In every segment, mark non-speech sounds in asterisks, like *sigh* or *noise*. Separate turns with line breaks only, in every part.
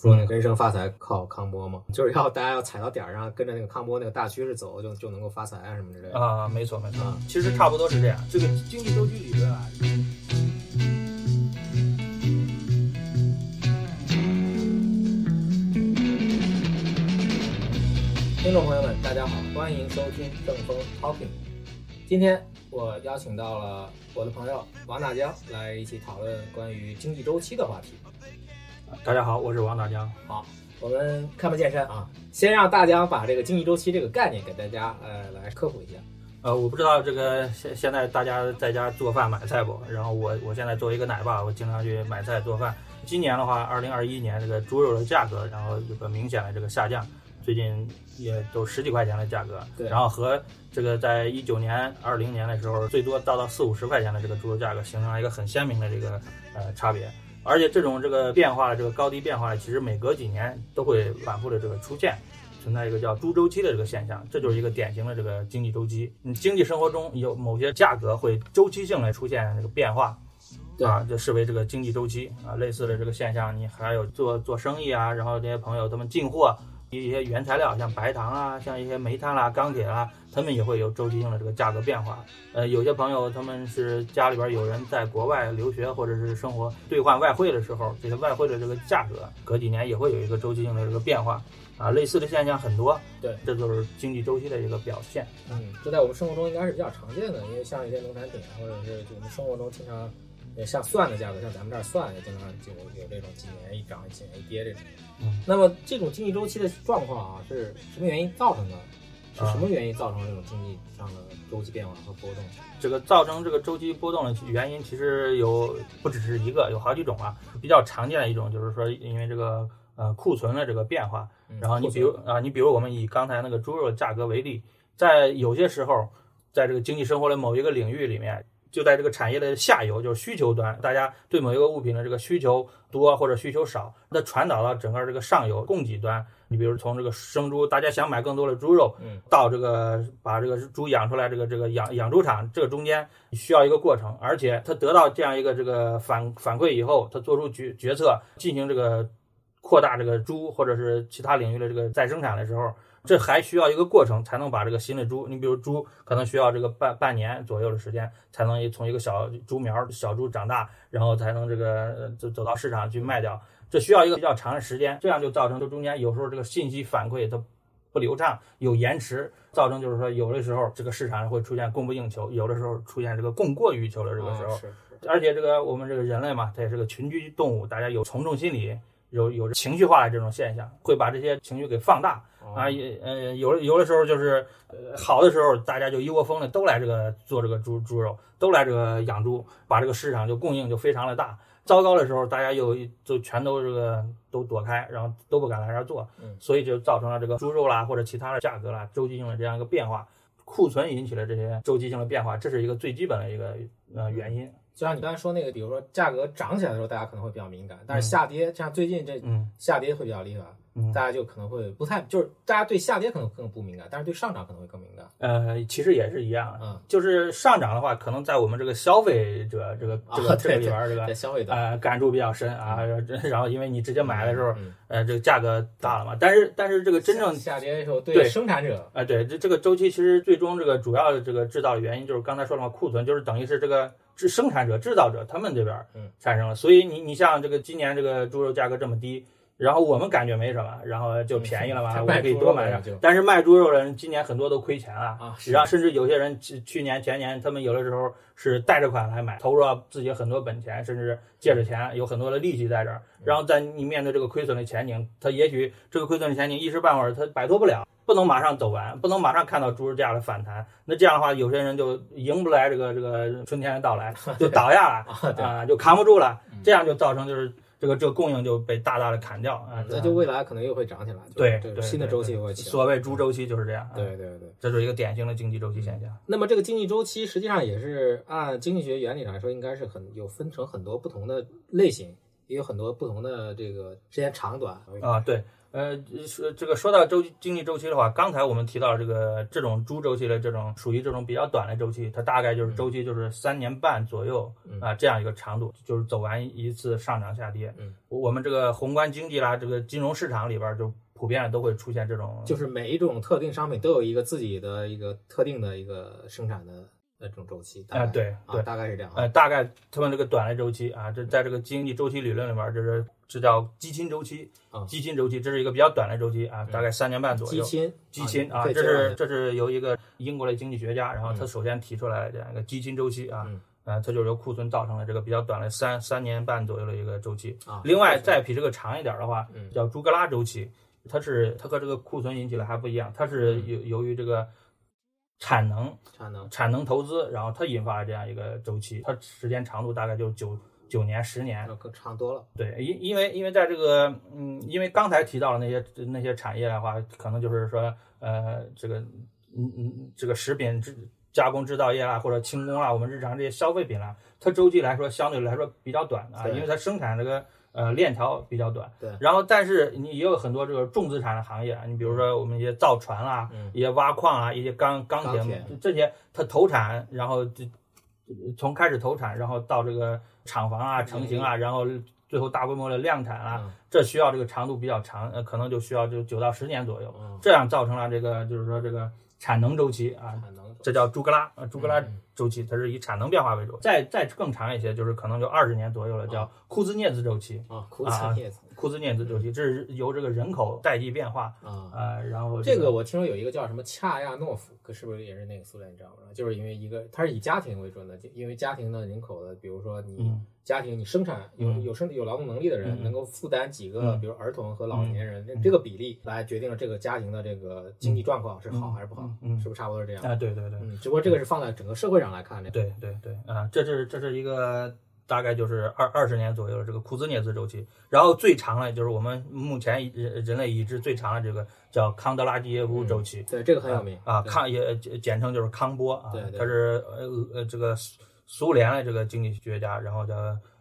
说那个人生发财靠康波嘛，就是要大家要踩到点儿上，跟着那个康波那个大趋势走，就就能够发财啊什么之类的。
啊，没错没错
啊，
其实差不多是这样。
这个经济周期理论啊，
听众朋友们，大家好，欢迎收听正风 Talking。今天我邀请到了我的朋友王大江来一起讨论关于经济周期的话题。
大家好，我是王大江。
好，我们开门见山啊，先让大江把这个经济周期这个概念给大家呃来科普一下。
呃，我不知道这个现现在大家在家做饭买菜不？然后我我现在作为一个奶爸，我经常去买菜做饭。今年的话，二零二一年这个猪肉的价格，然后有个明显的这个下降，最近也都十几块钱的价格。
对
然后和这个在一九年、二零年的时候，最多达到四五十块钱的这个猪肉价格，形成了一个很鲜明的这个呃差别。而且这种这个变化，这个高低变化，其实每隔几年都会反复的这个出现。存在一个叫猪周期的这个现象，这就是一个典型的这个经济周期。嗯，经济生活中有某些价格会周期性的出现这个变化，
对
啊，这视为这个经济周期啊。类似的这个现象，你还有做做生意啊，然后这些朋友他们进货一些原材料，像白糖啊，像一些煤炭啦、钢铁啦、啊他们也会有周期性的这个价格变化。呃，有些朋友他们是家里边有人在国外留学或者是生活，兑换外汇的时候，这些外汇的这个价格隔几年也会有一个周期性的这个变化。啊，类似的现象很多，
对，
这就是经济周期的一个表现。
嗯，这在我们生活中应该是比较常见的，因为像一些农产品啊，或者是我们生活中经常，呃，像蒜的价格，像咱们这儿蒜也经常就有这种几年一涨、几年一跌这种。
嗯
那么这种经济周期的状况啊，是什么原因造成的？是
啊
什么原因造成这种经济上的周期变化和波动？
这个造成这个周期波动的原因其实有不只是一个，有好几种啊。比较常见的一种就是说，因为这个呃库存的这个变化，
嗯
然后你比如啊，你比如我们以刚才那个猪肉价格为例，在有些时候，在这个经济生活的某一个领域里面，就在这个产业的下游，就是需求端，大家对某一个物品的这个需求多或者需求少，它传导到整个这个上游供给端。你比如从这个生猪，大家想买更多的猪肉，
嗯，
到这个把这个猪养出来，这个这个养养猪场，这个中间需要一个过程，而且他得到这样一个这个反反馈以后，他做出决决策，进行这个扩大这个猪或者是其他领域的这个再生产的时候，这还需要一个过程才能把这个新的猪，你比如猪可能需要这个半半年左右的时间，才能从一个小猪苗小猪长大，然后才能这个呃走走到市场去卖掉，这需要一个比较长的时间，这样就造成这中间有时候这个信息反馈它不流畅，有延迟，造成就是说有的时候这个市场会出现供不应求，有的时候出现这个供过于求的这个时候
啊，是是
而且这个我们这个人类嘛，它也是个群居动物，大家有从众心理，有有情绪化的这种现象，会把这些情绪给放大
哦
啊。也呃，有的有的时候就是呃好的时候，大家就一窝蜂的都来这个做这个猪猪肉，都来这个养猪，把这个市场就供应就非常的大。糟糕的时候，大家又就全都这个都躲开，然后都不敢来这儿做，
嗯
所以就造成了这个猪肉啦或者其他的价格啦周期性的这样一个变化，库存引起了这些周期性的变化，这是一个最基本的一个呃原因。
就像你刚才说那个，比如说价格涨起来的时候，大家可能会比较敏感，但是
嗯
下跌，像最近这
嗯
下跌会比较厉害，
嗯，
大家就可能会不太，就是大家对下跌可能更不敏感，但是对上涨可能会更敏感。
呃，其实也是一样，
嗯，
就是上涨的话，可能在我们这个消费者这个这个、
啊
这个
*laughs* 对
里边儿，这个
在消费端，
呃感触比较深啊。这然后因为你直接买的时候，
嗯
呃，这个价格大了嘛，但是但是这个真正
下下跌的时候，
对
生产者，
哎，对，这这个周期其实最终这个主要的这个制造的原因就是刚才说了嘛，库存就是等于是这个制生产者、制造者他们这边儿
嗯
产生了，所以你你像这个今年这个猪肉价格这么低，然后我们感觉没什么，然后就便宜了嘛，
嗯
我们可以多买
卖猪肉的人
点
就。
但是卖猪肉的人今年很多都亏钱了
啊是
然后甚至有些人去去年前年他们有的时候是贷着款来买，投入了自己很多本钱，甚至借着钱，有很多的利息在这儿。然后在你面对这个亏损的前景，他也许这个亏损的前景一时半会儿他摆脱不了，不能马上走完，不能马上看到猪肉价的反弹。那这样的话，有些人就迎不来这个这个春天的到来，就倒下了
啊对
啊、就扛不住了。这样就造成就是这个这个供应就被大大的砍掉啊。这
那
样
就未来可能又会涨起来，就
对
这
对
个新的
对
周期会起来。
所谓猪周期就是这样。啊，
对对对。
这是一个典型的经济周期现象。
那么这个经济周期实际上也是按经济学原理来说，应该是很有分成很多不同的类型。也有很多不同的这个时间长短。
啊，对，呃，说这个说到周期经济周期的话，刚才我们提到这个这种猪周期的这种属于这种比较短的周期，它大概就是周期就是三年半左右
嗯
啊、这样一个长度，就是走完一次上涨下跌。
嗯
我，我们这个宏观经济啦，这个金融市场里边儿就普遍都会出现这种
就是每一种特定商品都有一个自己的一个特定的一个生产的那种周期。大
啊
概
对
啊，
对
大概是这样啊。
呃，大概他们这个短的周期啊，这在这个经济周期理论里面，这是这叫基金周期
啊，
基金周期，这是一个比较短的周期啊，大概三年半左
嗯基
右。
金，
基金
你
啊，
可以
这
介绍一
是
下
这是由一个英国的经济学家，然后他
嗯
首先提出来这样一个基金周期啊
嗯，
呃，它就是由库存造成的这个比较短的三三年半左右的一个周期。
啊。
另外，
这是
再比这个长一点的话
嗯，
叫朱格拉周期，它是它和这个库存引起的还不一样，它是由
嗯
由于这个产能
产能
产能投资，然后它引发了这样一个周期，它时间长度大概就是九九年、十年。
要更长多了。
对，因因为因为在这个嗯，因为刚才提到了那些那些产业的话，可能就是说呃，这个嗯嗯，这个食品制加工制造业啊啦，或者轻工啦，我们日常这些消费品啦，它周期来说相对来说比较短的啊，
对
因为它生产这个呃链条比较短。
对
然后，但是你也有很多这个重资产的行业啊，你比如说我们一些造船啦、
嗯
一些挖矿啊、一些钢钢铁
钢铁
这些，它投产，然后这从开始投产，然后到这个厂房啊、成型啊，然后最后大规模的量产啊，
嗯
这需要这个长度比较长，呃，可能就需要就九到十年左右，
嗯，
这样造成了这个就是说这个产能周期啊，
产能
这叫朱格拉呃朱格拉
嗯
周期，它是以产能变化为主。再再更长一些，就是可能就二十年左右了，
哦
叫库兹涅兹周期。
啊，库存叶子
库兹涅兹周期，这是由这个人口代际变化，
啊。
呃，然后
这个
个
我听说有一个叫什么恰亚诺夫，可是不是也是那个苏联政府？就是因为一个，它是以家庭为准的，就因为家庭的人口的，比如说你
嗯
家庭你生产有
嗯
有生有劳动能力的人，
嗯
能够负担几个，
嗯
比如儿童和老年人，这个比例来决定了这个家庭的这个经济状况是好还是不好
嗯，嗯嗯
是不是差不多是这样？
啊，对对对
嗯，只不过这个是放在整个社会上来看的。
对对对啊，这是这是一个大概就是二二十年左右的这个库兹涅兹周期，然后最长的就是我们目前人人类已知最长的这个叫康德拉季耶
嗯
夫周期，
对，这个很有名
啊，
对
康也简简称就是康波啊
对，对
他是呃呃这个苏苏联的这个经济学家，然后叫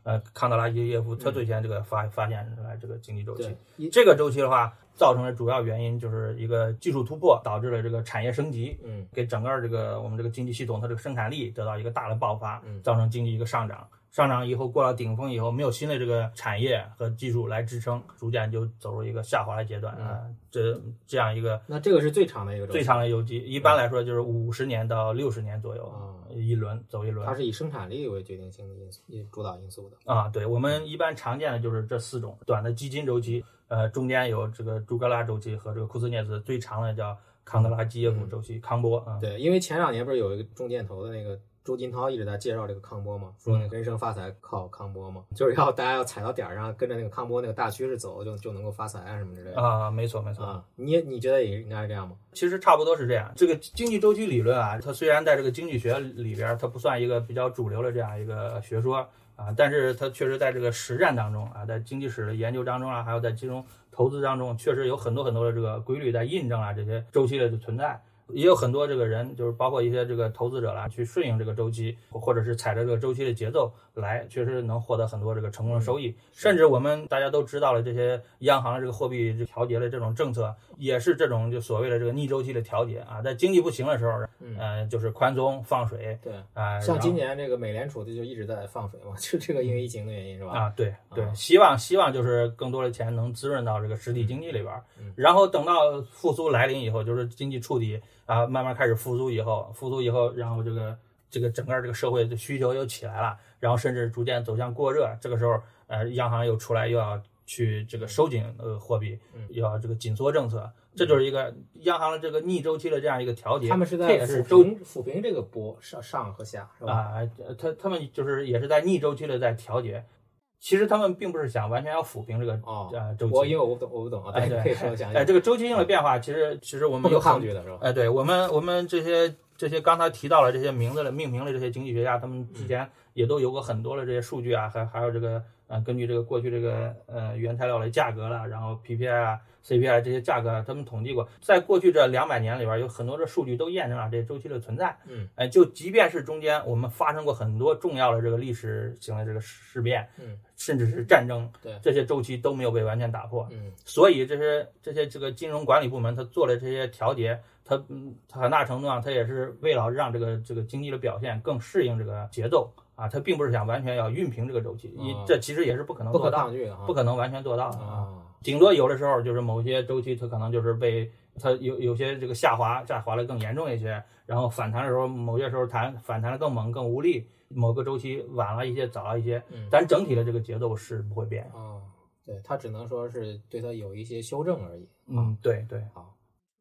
呃康德拉耶耶夫，他最先这个发、发现出来这个经济周期
嗯对。一
这个周期的话，造成的主要原因就是一个技术突破导致了这个产业升级，
嗯
给整个这个我们这个经济系统它这个生产力得到一个大的爆发
嗯，
造成经济一个上涨。上涨以后过了顶峰以后，没有新的这个产业和技术来支撑，逐渐就走入一个下滑的阶段
嗯
啊、这这样一个
那这个是最长的一个周期，
最长的游击，一般来说就是五十年到六十年左右
啊
一轮走一轮
它。是以生产力为决定性的因素、因主导因素的。
啊，对，我们一般常见的就是这四种短的基金周期，呃，中间有这个朱格拉周期和这个库兹涅茨，最长的叫康德拉基耶夫周期，康波啊。
嗯对，因为前两年不是有一个中箭头的那个周金涛一直在介绍这个康波嘛，
嗯
说那个人生发财靠康波嘛，就是要大家要踩到点儿上，跟着那个康波那个大趋势走，就就能够发财啊什么之类的。
啊，没错没错，
啊，你也你觉得也应该是这样吗？
其实差不多是这样。这个经济周期理论啊，它虽然在这个经济学里边儿，它不算一个比较主流的这样一个学说啊，但是它确实在这个实战当中啊，在经济史的研究当中啊，还有在金融投资当中，确实有很多很多的这个规律在印证啊这些周期的存在。也有很多这个人，就是包括一些这个投资者啦，去顺应这个周期，或者是踩着这个周期的节奏来，确实能获得很多这个成功的收益。甚至我们大家都知道了，这些央行的这个货币调节的这种政策，也是这种就所谓的这个逆周期的调节啊，在经济不行的时候，
嗯
呃，就是宽松放水
对，
啊，
像今
然
年这个美联储的就一直在放水嘛，就这个因为疫情的原因是
后
吧？
啊，对对
啊，
希望希望就是更多的钱能滋润到这个实体经济里边儿
嗯，
然后等到复苏来临以后，就是经济触底啊，慢慢开始复苏以后，复苏以后，然后这个这个整个这个社会的需求又起来了，然后甚至逐渐走向过热，这个时候呃，央行又出来又要去这个收紧呃货币
嗯，
又要这个紧缩政策，这就是一个央行的这个逆周期的这样一个调节，
他们是
这
在
也是
抚
周
平抚平这个波上上和下是吧？
啊，呃他他们就是也是在逆周期的在调节，其实他们并不是想完全要抚平这个
哦
呃周
我因
期，
为我不懂，我不懂啊，
哎
但是
对
可以说详细
哎，，这个周期性的变化，其实其实我
啊不
们
可
有很
抗拒的是吧？
哎，对我们我们这些这些刚才提到了这些名字的命名的这些经济学家，他们
嗯
之前也都有过很多的这些数据啊，还还有这个呃，根据这个过去这个呃原材料的价格啦，然后 PPI 啊、CPI 这些价格啊，他们统计过，在过去这两百年里边，有很多的数据都验证了这周期的存在。
嗯，
哎，就即便是中间我们发生过很多重要的这个历史型的这个事变，
嗯，
甚至是战争
对，
这些周期都没有被完全打破。
嗯
所以这些这些这个金融管理部门，它做了这些调节，它嗯它很大程度上它也是为了让这个这个经济的表现更适应这个节奏啊，它并不是想完全要熨平这个周期，一
啊
这其实也是不可能
不可
做到，
抗拒的哈，哦
不可能完全做到的啊。
啊，
顶多有的时候就是某些周期它可能就是被它有有些这个下滑下滑的更严重一些，然后反弹的时候某些时候弹反弹的更猛更无力，某个周期晚了一些早了一些，
嗯
咱整体的这个节奏是不会变的。
啊，对他只能说是对他有一些修正而已。
嗯，对对。
好，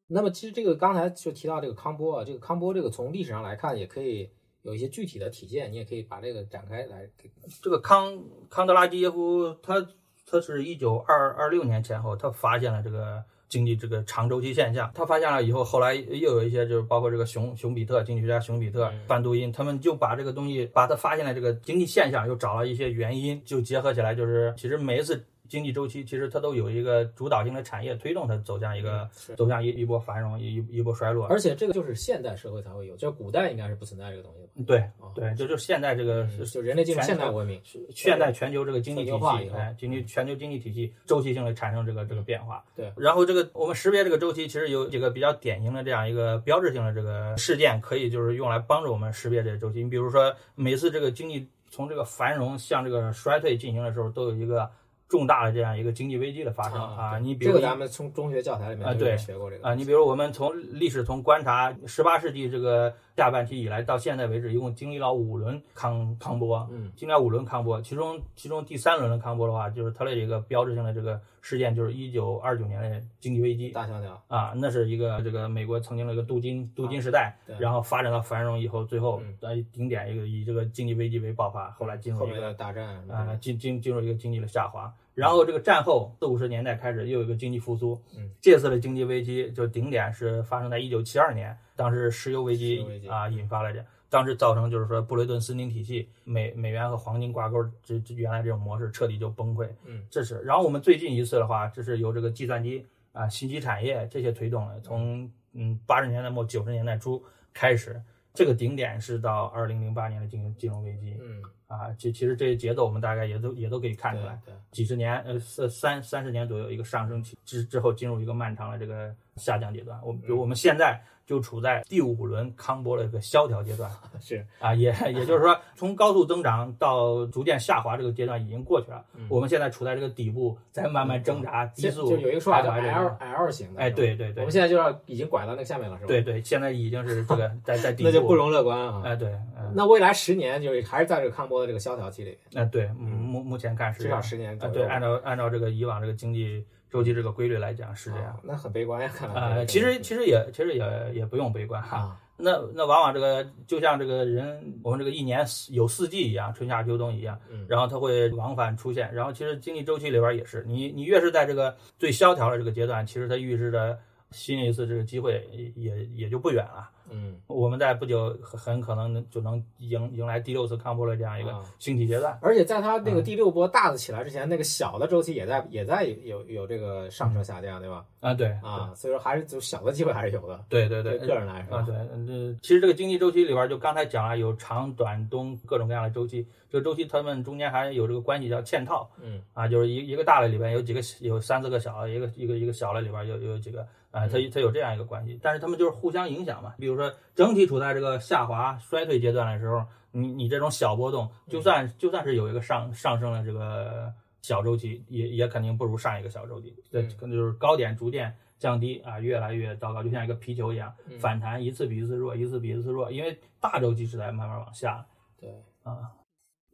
那么其实这个刚才就提到这个康波啊，这个康波这个从历史上来看，也可以有一些具体的体现，你也可以把这个展开来给。
这个康康德拉基耶夫，他他是一九二二六年前后，他发现了这个经济这个长周期现象。他发现了以后，后来又有一些就是包括这个熊熊彼特经济学家熊彼特
嗯、
范杜因，他们就把这个东西，把他发现的这个经济现象，又找了一些原因，就结合起来，就是其实每一次。经济周期其实它都有一个主导性的产业推动它走向一个
嗯是
走向一一波繁荣一一一波衰落，
而且这个就是现代社会才会有，就是古代应该是不存在这个东西的。
对
啊，
对，这就是现在这个
嗯就人类进入现代文明，
现在全球这个经济体
全球化以
系，
后嗯
哎，经济全球经济体系周期性的产生这个这个变化。
对
然后这个我们识别这个周期，其实有几个比较典型的这样一个标志性的这个事件，可以就是用来帮助我们识别这个周期。你比如说，每次这个经济从这个繁荣向这个衰退进行的时候，都有一个重大的这样一个经济危机的发生
啊
啊。你比
这
如
个咱们从中学教材里面
啊
就
对
有学过这个
啊，你比如我们从历史从观察十八世纪这个下半期以来到现在为止，一共经历了五轮康康波，
嗯，
经历了五轮康波，其中其中第三轮的康波的话，就是它的一个标志性的这个事件，就是一九二九年的经济危机
大萧条，
啊，那是一个这个美国曾经的一个镀金镀金时代
啊对，
然后发展到繁荣以后，最后
嗯
在顶点一个以这个经济危机为爆发，后来进入
后
一
面
个
的大战什么
啊
的，
进进进入一个经济的下滑。然后这个战后四五十年代开始又有一个经济复苏，
嗯，
这次的经济危机就顶点是发生在一九七二年，当时石油危
石
机
油危机
啊引发了这，当时造成就是说布雷顿森林体系美美元和黄金挂钩这这原来这种模式彻底就崩溃，
嗯，
这是。然后我们最近一次的话，这是由这个计算机啊、信息产业这些推动的，从嗯八十年代末九十年代初开始，这个顶点是到二零零八年的金金融危机，
嗯，
啊，其其实这些节奏我们大概也都也都可以看出
对
来，
对，
几十年呃三三三十年左右一个上升期之之后进入一个漫长的这个下降阶段。我们
嗯
比如我们现在就处在第五轮康波的一个萧条阶段
是
啊，也也就是说从高速增长到逐渐下滑这个阶段已经过去了，
嗯
我们现在处在这个底部在慢慢挣扎，低
就
速
就有一个说法
徘
叫
徊这
L
个。
L 型的，
哎，
是吧，
对对
我
对
们现在就要已经拐到那个下面了，是吧？
对，对，现在已经是
*laughs*
这个在在底部，
那就不容乐观啊。
哎对，嗯，
那未来十年就是还是在这个康波的这个萧条期里，
哎对，嗯目目前看是
至
这
少
样。
十年左
啊，
右。
对，按照按照这个以往这个经济周期这个规律来讲是这样
啊。那很悲观呀，看来。
呃，其实其实也其实也也不用悲观哈。
啊，
那那往往这个就像这个人，我们这个一年四有四季一样，春夏秋冬一样，
嗯
然后它会往返出现。然后其实经济周期里边也是，你你越是在这个最萧条的这个阶段，其实它预示着新一次这个机会也也也就不远了。
嗯，
我们在不久很很可能能就能迎迎来第六次康波的这样一个
啊
兴起阶段。
而且在它那个
嗯
第六波大的起来之前，那个小的周期也在也在有有这个上升下降，对吧？
啊，嗯对，
啊，所以说还是就小的机会还是有的，
对对对，
个人来说
啊，对，嗯这其实这个经济周期里边儿，就刚才讲了有长、短、冬各种各样的周期，这个周期它们中间还有这个关系叫嵌套
嗯
啊，就是一一个大的里边有几个有三四个小的，一个一个一个小的里边有有几个啊，它
嗯
它有这样一个关系，但是它们就是互相影响嘛。比如说整体处在这个下滑衰退阶段的时候，你你这种小波动，就
嗯
算就算是有一个上上升的这个小周期，也也肯定不如上一个小周期，这
嗯
可能就是高点逐渐降低啊，越来越糟糕，就像一个皮球一样。
嗯
反弹一次比一次弱，一次比一次弱，因为大周期是在慢慢往下
对。
啊。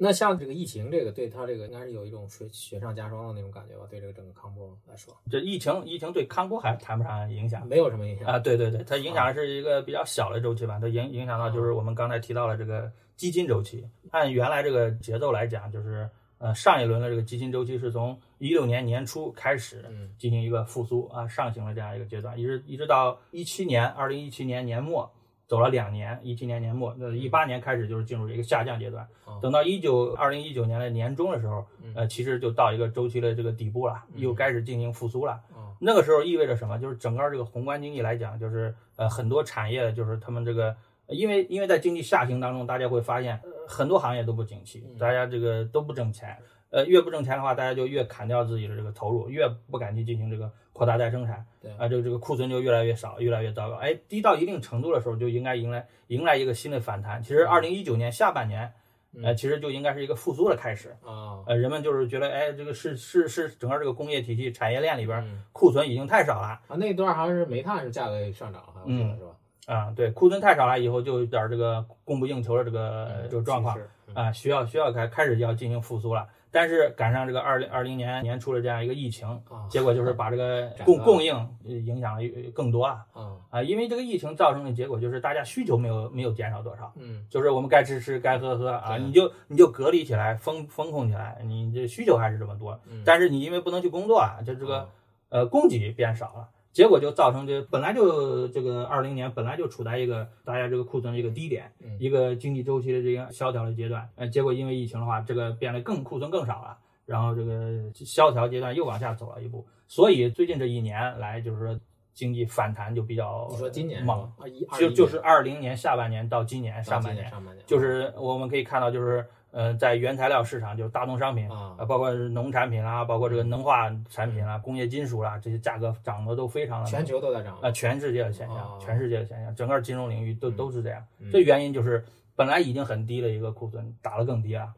那像这个疫情，这个对它这个应该是有一种雪雪上加霜的那种感觉吧？对这个整个康波来说，
这疫情疫情对康波还谈不上影响
没有什么影响
啊，对对对，它影响的是一个比较小的周期吧，它影影
啊
响到就是我们刚才提到了这个基金周期。按原来这个节奏来讲，就是呃上一轮的这个基金周期是从一六年年初开始
嗯
进行一个复苏啊上行的这样一个阶段，一直一直到一七年二零一七年年末。走了两年，一七年年末，那一八年开始就是进入一个下降阶段，
啊
等到一九二零一九年的年中的时候
嗯，
呃，其实就到一个周期的这个底部了，
嗯
又开始进行复苏了。
啊
那个时候意味着什么？就是整个这个宏观经济来讲，就是呃很多产业就是他们这个，呃因为因为在经济下行当中，大家会发现、呃很多行业都不景气
嗯，
大家这个都不挣钱。呃，越不挣钱的话，大家就越砍掉自己的这个投入，越不敢去进行这个扩大再生产，
对
啊、这个这个库存就越来越少，越来越糟糕。哎，低到一定程度的时候，就应该迎来迎来一个新的反弹。其实，二零一九年下半年，呃，
嗯
其实就应该是一个复苏的开始。
啊，
呃，人们就是觉得，哎，这个是是是整个这个工业体系产业链里边
嗯
库存已经太少了
啊，那段好像是煤炭是价格上涨了，好像是吧是吧？
啊、对，库存太少了以后，就有点这个供不应求的这
呃嗯
个这个状况。
是，是
啊，需要需要开开始要进行复苏了。但是赶上这个二零二零年年初的这样一个疫情，
嗯啊
结果就是把这个
斩
供
断
供应呃影响了更多了
啊，
啊，因为这个疫情造成的结果就是大家需求没有没有减少多少，
嗯
就是我们该吃吃该喝喝啊，
对
你就你就隔离起来封封控起来，你这需求还是这么多，
嗯，
但是你因为不能去工作啊，就这个
啊
呃供给变少了。结果就造成这本来就这个二零年本来就处在一个大家这个库存的一个低点，
嗯
一个经济周期的这个萧条的阶段，呃，结果因为疫情的话，这个变得更库存更少了，然后这个萧条阶段又往下走了一步，所以最近这一年来就是说经济反弹就比较
你说今年是吧
猛，
二一二一
就
年
就是二零年下半年到今年
到
上
今
半
年
年，
上半年
就是我们可以看到就是。呃，在原材料市场，就是大宗商品呃
啊嗯
包括是农产品啦、包括这个能化产品啦、工业金属啦，这些价格涨得都非常的
全球都在涨
啊，全世界的现
哦
象，全世界的现象，整个金融领域都
嗯
都是这样
嗯。
这原因就是本来已经很低的一个库存打得更低了，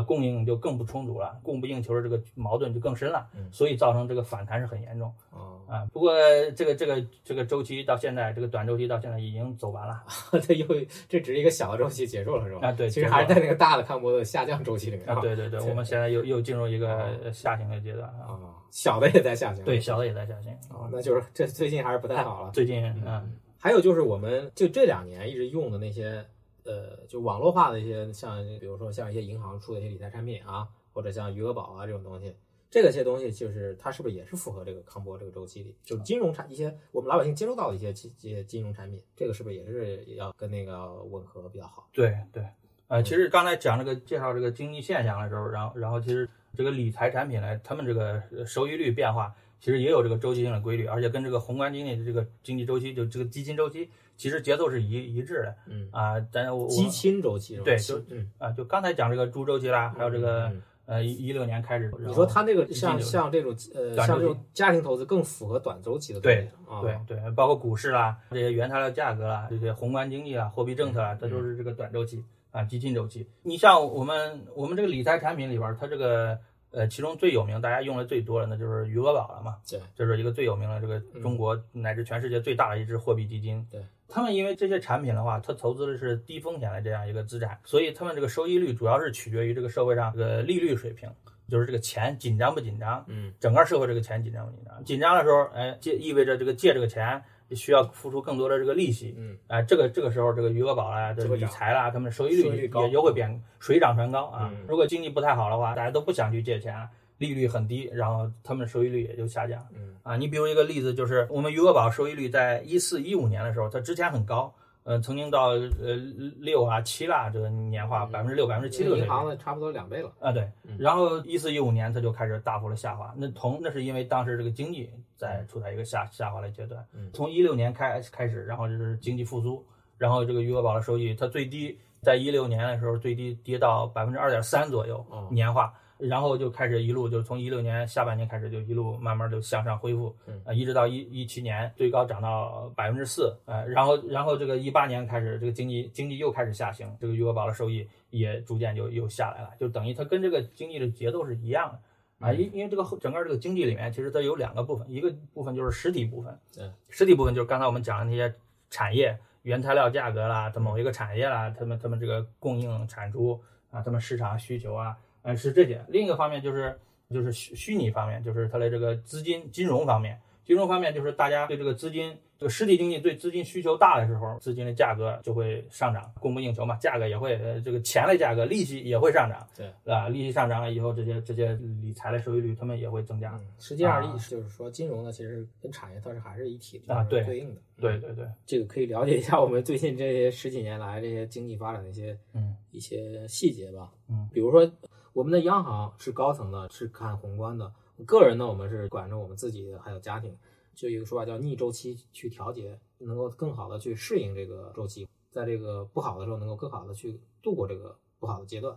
啊，
供应就更不充足了，供不应求的这个矛盾就更深了
嗯，
所以造成这个反弹是很严重
*laughs* 啊，
啊。不过这个这个这个周期到现在，这个短周期到现在已经走完了
这又这只是一个小的周期结束了是吧？
啊，对，
其实
结束
还是
了
在那个大的看波的下降周期里面 *laughs*
啊，对对对，
对哦
我们现在又又进入一个下行的阶段啊，
啊，小的也在下行，
对，小的也在下行，
啊，那就是这最近还是不太好了。
最近嗯。
还有就是我们就这两年一直用的那些，呃，就网络化的一些，像比如说像一些银行出的一些理财产品啊，或者像余额宝啊这种东西，这个些东西就是它是不是也是符合这个康波这个周期里，就是金融产一些我们老百姓接触到的一些金一些金融产品，这个是不是也是要跟那个吻合比较好？
对对，呃，其实刚才讲这个介绍这个经济现象的时候，然后然后其实这个理财产品呢，他们这个呃收益率变化其实也有这个周期性的规律，而且跟这个宏观经济的这个经济周期，就这个基金周期，其实节奏是一一致的
嗯，
啊。但是我我
基亲周期是吧？
对
基
就
嗯，
啊，就刚才讲这个猪周期啦，还有这个、
嗯
呃一六年开始，然
你
后
说它那个
基金
像
流程
像这种呃
短
像
周
这
期
种家庭投资更符合短周期的
对
东西
对
啊，
对，包括股市啦，这些原材料价格啦，这些宏观经济啊啦、货币政策啦，它都是这个短周期啊，基金周期。你像我们我们这个理财产品里边儿，它这个呃，其中最有名，大家用的最多的那就是余额宝了嘛，
对，
这是一个最有名的这个
嗯
中国乃至全世界最大的一只货币基金。
对。
他们因为这些产品的话，它投资的是低风险的这样一个资产，所以他们这个收益率主要是取决于这个社会上这个利率水平，就是这个钱紧张不紧张。
嗯
整个社会这个钱紧张不紧张？紧张的时候，哎，借意味着这个借这个钱需要付出更多的这个利息，
嗯
哎，这个这个时候这个余额宝啊啦、这
就
个
会
理
涨
财啦，他们的收益
收益
率
率
也
高
也会变水涨船高啊
嗯。
如果经济不太好的话，大家都不想去借钱了，利率很低，然后他们的收益率也就下降
嗯
啊。你比如一个例子，就是我们余额宝收益率在一四一五年的时候，它之前很高。呃，曾经到呃六啊七啦，这个年化
嗯
百分之六、百分之七
其实
六
银行的差不多两倍了。
啊，对
嗯，
然后一四一五年它就开始大幅的下滑，那同那是因为当时这个经济在处在一个下下滑的阶段
嗯，
从一六年开开始，然后就是经济复苏，然后这个余额宝的收益它最低在一六年的时候最低跌到百分之二点三左右
哦
年化，然后就开始一路就从一六年下半年开始就一路慢慢就向上恢复
嗯，
啊，一直到一一七年最高涨到百分之四，呃，然后然后这个一八年开始这个经济经济又开始下行，这个余额宝的收益也逐渐就又下来了，就等于它跟这个经济的节奏是一样的。啊，
嗯
因因为这个后整个这个经济里面，其实它有两个部分，一个部分就是实体部分，
对，
实体部分就是刚才我们讲的那些产业、原材料价格啦，它某一个产业啦，他们他们这个供应产出啊，他们市场需求啊，呃是这些。另一个方面就是就是虚虚拟方面，就是它的这个资金金融方面，金融方面就是大家对这个资金。这个实体经济对资金需求大的时候，资金的价格就会上涨，供不应求嘛，价格也会，呃，这个钱的价格、利息也会上涨，
对，
啊，利息上涨了以后，这些这些理财的收益率他们也会增加，
嗯，实际上
啊
意思就是说，金融呢其实跟产业它是还是一体的
啊对
对应的。
对对对，
这个可以了解一下我们最近这些十几年来这些经济发展的一些
嗯
一些细节吧。
嗯，
比如说我们的央行是高层的，是看宏观的；个人呢，我们是管着我们自己的，还有家庭。就有一个说法叫逆周期去调节，能够更好的去适应这个周期，在这个不好的时候能够更好的去度过这个不好的阶段。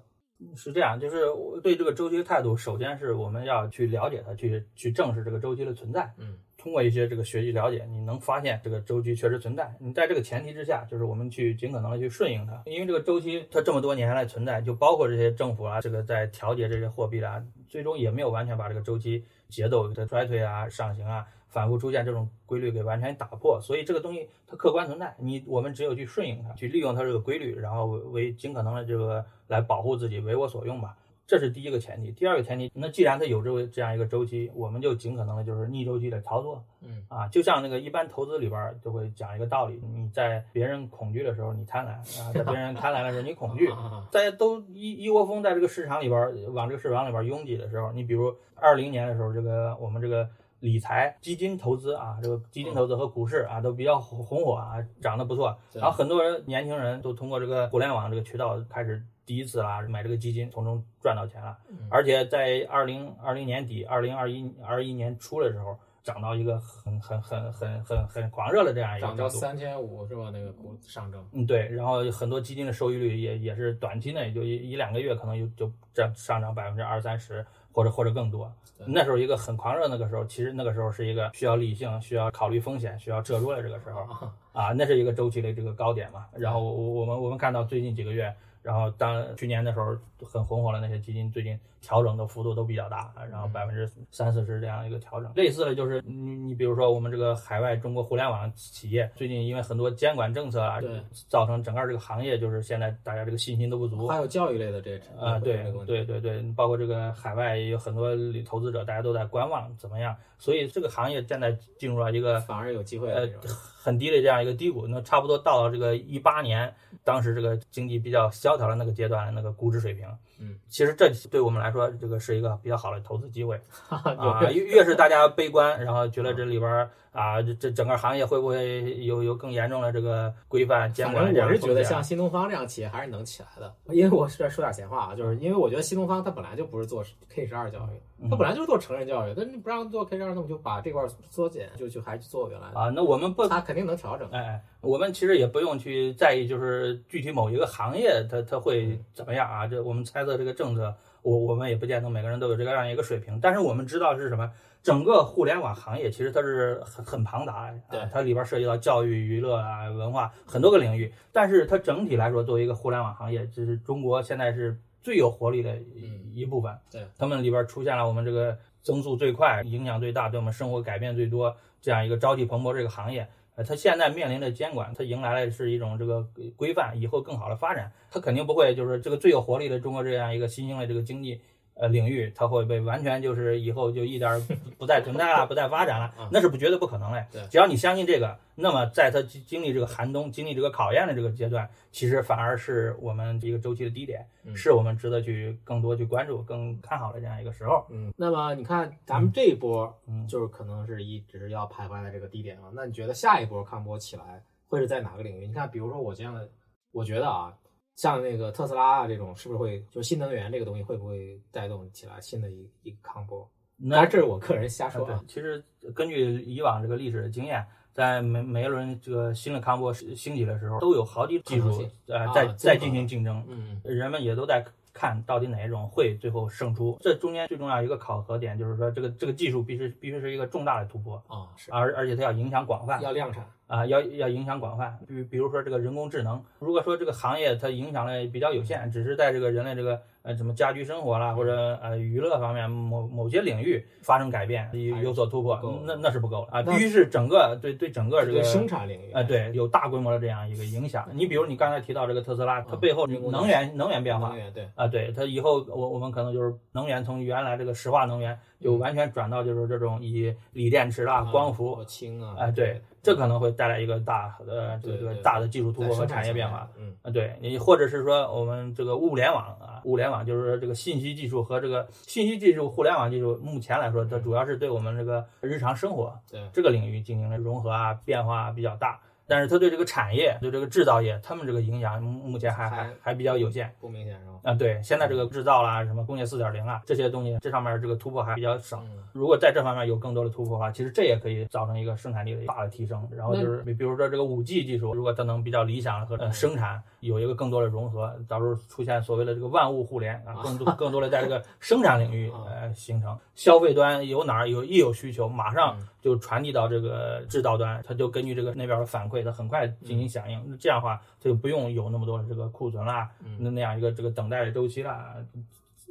是这样，就是我对这个周期的态度，首先是我们要去了解它，去去正视这个周期的存在。
嗯，
通过一些这个学习了解，你能发现这个周期确实存在。你在这个前提之下，就是我们去尽可能的去顺应它，因为这个周期它这么多年来存在，就包括这些政府啊，这个在调节这些货币啊，最终也没有完全把这个周期节奏的衰退啊、上行啊。反复出现这种规律给完全打破，所以这个东西它客观存在，你我们只有去顺应它，去利用它这个规律，然后为为尽可能的这个来保护自己，为我所用吧。这是第一个前提，第二个前提，那既然它有这个这样一个周期，我们就尽可能的就是逆周期的操作，
嗯
啊，就像那个一般投资里边儿就会讲一个道理，你在别人恐惧的时候你贪婪，啊，在别人贪婪的时候你恐惧，
啊
大家都一一窝蜂在这个市场里边儿往这个市场里边儿拥挤的时候，你比如二零年的时候，这个我们这个理财基金投资啊，这个基金投资和股市啊都比较红红火啊，涨得不错。
对
然后很多人年轻人都通过这个互联网这个渠道开始第一次啦买这个基金，从中赚到钱了。
嗯
而且在二零二零年底、二零二一二一年初的时候，涨到一个很很很很很很狂热的哎这样一个
涨
角
到
度。
三千五是吧？那个股上证，
嗯，对，然后很多基金的收益率也也是短期内也就一一两个月，可能就就涨上涨百分之二三十，或者或者更多。
对
那时候一个很狂热，那个时候其实那个时候是一个需要理性、需要考虑风险、需要折中的这个时候
啊
啊，那是一个周期的这个高点嘛。然后我我我们我们看到最近几个月，然后当去年的时候很红火的那些基金，最近调整的幅度都比较大，啊然后
嗯
百分之三四十这样一个调整。类似的就是你你比如说我们这个海外中国互联网企业，最近因为很多监管政策啊，
对，
造成整个这个行业就是现在大家这个信心都不足。
还有教育类的这
啊、
这
对
个问题
对对对，包括这个海外也有很多投资者，大家都在观望怎么样，所以这个行业现在进入了一个
反而有机会
呃
了这种 *laughs*
很低的这样一个低谷。那差不多到了这个一八年，当时这个经济比较萧条的那个阶段的那个估值水平，
嗯，
其实这对我们来说，这个是一个比较好的投资机会啊。
*laughs* 有
越越是大家悲观，然后觉得这里边儿啊，这这整个行业会不会有有更严重的这个规范监
反
管
正
这样
我
的
是
风
觉
险？
得像新东方这样企业还是能起来的，因为我是说点闲话啊，就是因为我觉得新东方它本来就不是做 K 十二教育，它本来就是做成人教育，但是你不让做 K 十二，那我们就把这块缩减，就就还去做原来的，
啊，那我们不
它肯定能调整。
哎，我们其实也不用去在意，就是具体某一个行业它它会
嗯
怎么样啊？这我们猜测这个政策，我我们也不见得每个人都有这个样一个水平，但是我们知道是什么，整个互联网行业其实它是很很庞大的，
对
啊它里边涉及到教育、娱乐啊、文化很多个领域，但是它整体来说，作为一个互联网行业，这是中国现在是最有活力的
嗯
一一部分。
对，
他们里边出现了我们这个增速最快、影响最大、对我们生活改变最多这样一个朝气蓬勃这个行业。呃，它现在面临着监管，它迎来了是一种这个规范，以后更好的发展，它肯定不会就是这个最有活力的中国这样一个新兴的这个经济呃领域，它会被完全就是以后就一点儿不不再存在了，不再发展了
嗯，
那是不绝对不可能嘞
对。
只要你相信这个，那么在它经经历这个寒冬、经历这个考验的这个阶段，其实反而是我们一个周期的低点，
嗯
是我们值得去更多去关注、更看好的这样一个时候。
嗯，那么你看咱们这一波
嗯，
就是可能是一直要徘徊在这个低点啊，那你觉得下一波看波起来会是在哪个领域？你看，比如说我这样的，我觉得啊，像那个特斯拉啊这种，是不是会就新能源这个东西会不会带动起来新的一一个康波？当
那
然这是我个人瞎说
对
啊。，
其实根据以往这个历史的经验，在每每一轮这个新的康波兴起的时候，都有好几种技
可能
术
性
呃
啊
在
这个
在进行竞争，呃
嗯，
人们也都在看到底哪一种会最后胜出。这中间最重要一个考核点就是说，这个这个技术必须必须是一个重大的突破，
啊是
而而且它要影响广泛。
要量产，
啊，要要影响广泛，比比如说这个人工智能，如果说这个行业它影响的比较有限，只是在这个人类这个呃什么家居生活啦，或者呃娱乐方面某某些领域发生改变，有有所突破
哎不够，
那那是不够的啊，
那
必须是整个对对整个这
这
个
个生产领域
呃，对有大规模的这样一个影响。你比如你刚才提到这个特斯拉，它
嗯
背后
人工智
能源能源变化
能，源对，
啊，对它以后我我们可能就是能源从原来这个石化能源就完全转到就是这种以锂电池啦、光伏
嗯啊氢啊，嗯
哎，对，这可能会带来一个大呃这
对
个
对
大的技术突
在
破和
生产
产业
层
变
面
化。，
嗯，
啊，对你或者是说我们这个物联网啊，物联网就是说这个信息技术和这个信息技术、互联网技术，目前来说它主要是对我们这个日常生活
对
这个领域进行了融合啊、变化啊比较大。但是它对这个产业、对这个制造业，他们这个影响目目前还还
还
还比较有限。
不明显是吧？
啊，对，现在这个制造啦，什么工业四点零啊，这些东西，这上面这个突破还比较少。
嗯，
如果在这方面有更多的突破的话，其实这也可以造成一个生产力的大的提升。然后就是，比比如说这个五 G 技术，如果它能比较理想和
嗯
呃生产有一个更多的融合，到时候出现所谓的这个万物互联啊，更多更多的在这个生产领域
*laughs* 啊
呃形成。消费端有哪儿有一有需求，马上
嗯
就传递到这个制造端，它就根据这个那边的反馈，它很快进
嗯
行响应。这样的话，它就不用有那么多的这个库存啦，那
嗯
那样一个这个等待的周期啦，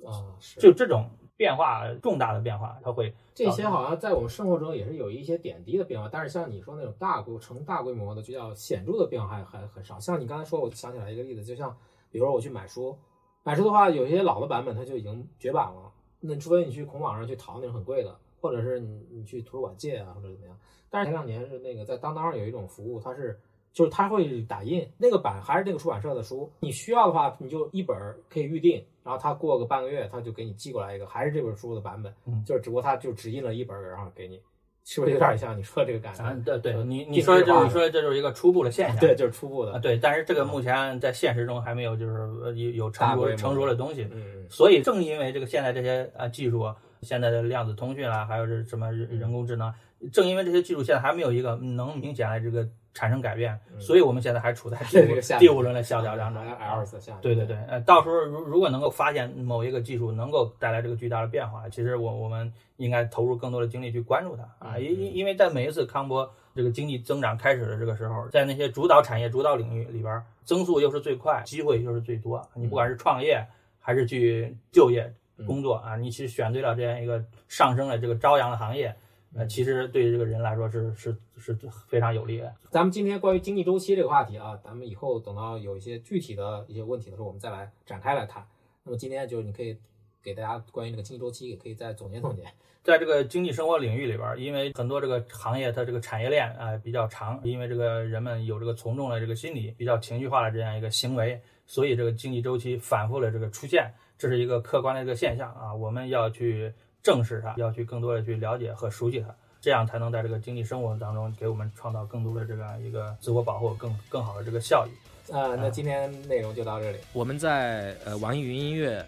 啊，是
就这种变化重大的变化，它会。
这些好像在我们生活中也是有一些点滴的变化，但是像你说那种大规成大规模的就叫显著的变化还还很少。像你刚才说，我想起来一个例子，就像比如说我去买书，买书的话，有一些老的版本它就已经绝版了，那除非你去孔网上去淘那种很贵的，或者是你你去图书馆借啊或者怎么样。但是前两年是那个在当当上有一种服务，它是就是它会打印那个版还是那个出版社的书，你需要的话你就一本儿可以预定，然后它过个半个月它就给你寄过来一个还是这本书的版本，
嗯
就是只不过它就只印了一本儿，然后给你，是不是有点像你说这个感觉？
啊，对对，
呃
你你
定
说
制
就
化
是
的
说这就是一个初步的现象，
对，就是初步
啊
的，
对，但是这个目前在现实中还没有就是呃有有成
大规模
熟成熟的东西，
嗯，嗯
所以正因为这个现在这些啊技术，现在的量子通讯啦，啊还有是什么人人工智能，正因为这些技术现在还没有一个能明显的这个产生改变，
嗯
所以我们现在还处在第
这个
五
下
第
面
五轮的萧条当中。
L 四下面
对对对，，呃，到时候如如果能够发现某一个技术能够带来这个巨大的变化，其实我我们应该投入更多的精力去关注它啊，
嗯
因因因为在每一次康波这个经济增长开始的这个时候，在那些主导产业、主导领域里边儿，增速又是最快，机会又是最多。你不管是创业还是去就业
嗯
工作啊，你其实选对了这样一个上升的这个朝阳的行业，呃，
嗯
其实对这个人来说是是是非常有利的。
咱们今天关于经济周期这个话题啊，咱们以后等到有一些具体的一些问题的时候，我们再来展开来谈。那么今天就是你可以给大家关于这个经济周期，也可以再总结总结。
在这个经济生活领域里边儿，因为很多这个行业它这个产业链啊、比较长，因为这个人们有这个从众的这个心理，比较情绪化的这样一个行为，所以这个经济周期反复的这个出现，这是一个客观的一个现象啊，我们要去正视它，要去更多的去了解和熟悉它，这样才能在这个经济生活当中给我们创造更多的这样一个自我保护更更好的这个效益。
呃，那今天内容就到这里。
我们在呃网易云音乐、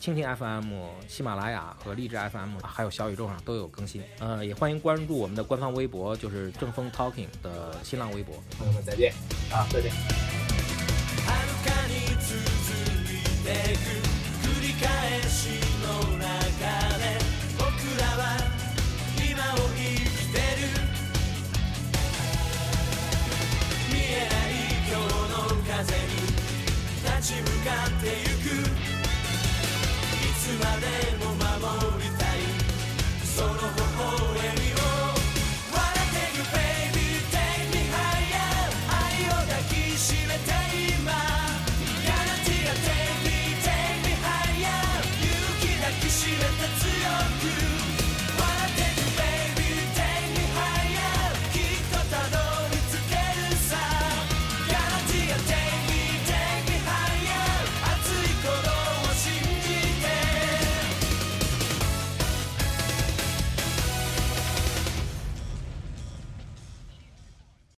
蜻蜓 FM、喜马拉雅和荔枝 FM，还有小宇宙上都有更新。呃，也欢迎关注我们的官方微博，就是正风 Talking 的新浪微博。
朋友们再见。
啊，再见。
遥かに続いてく繰り返し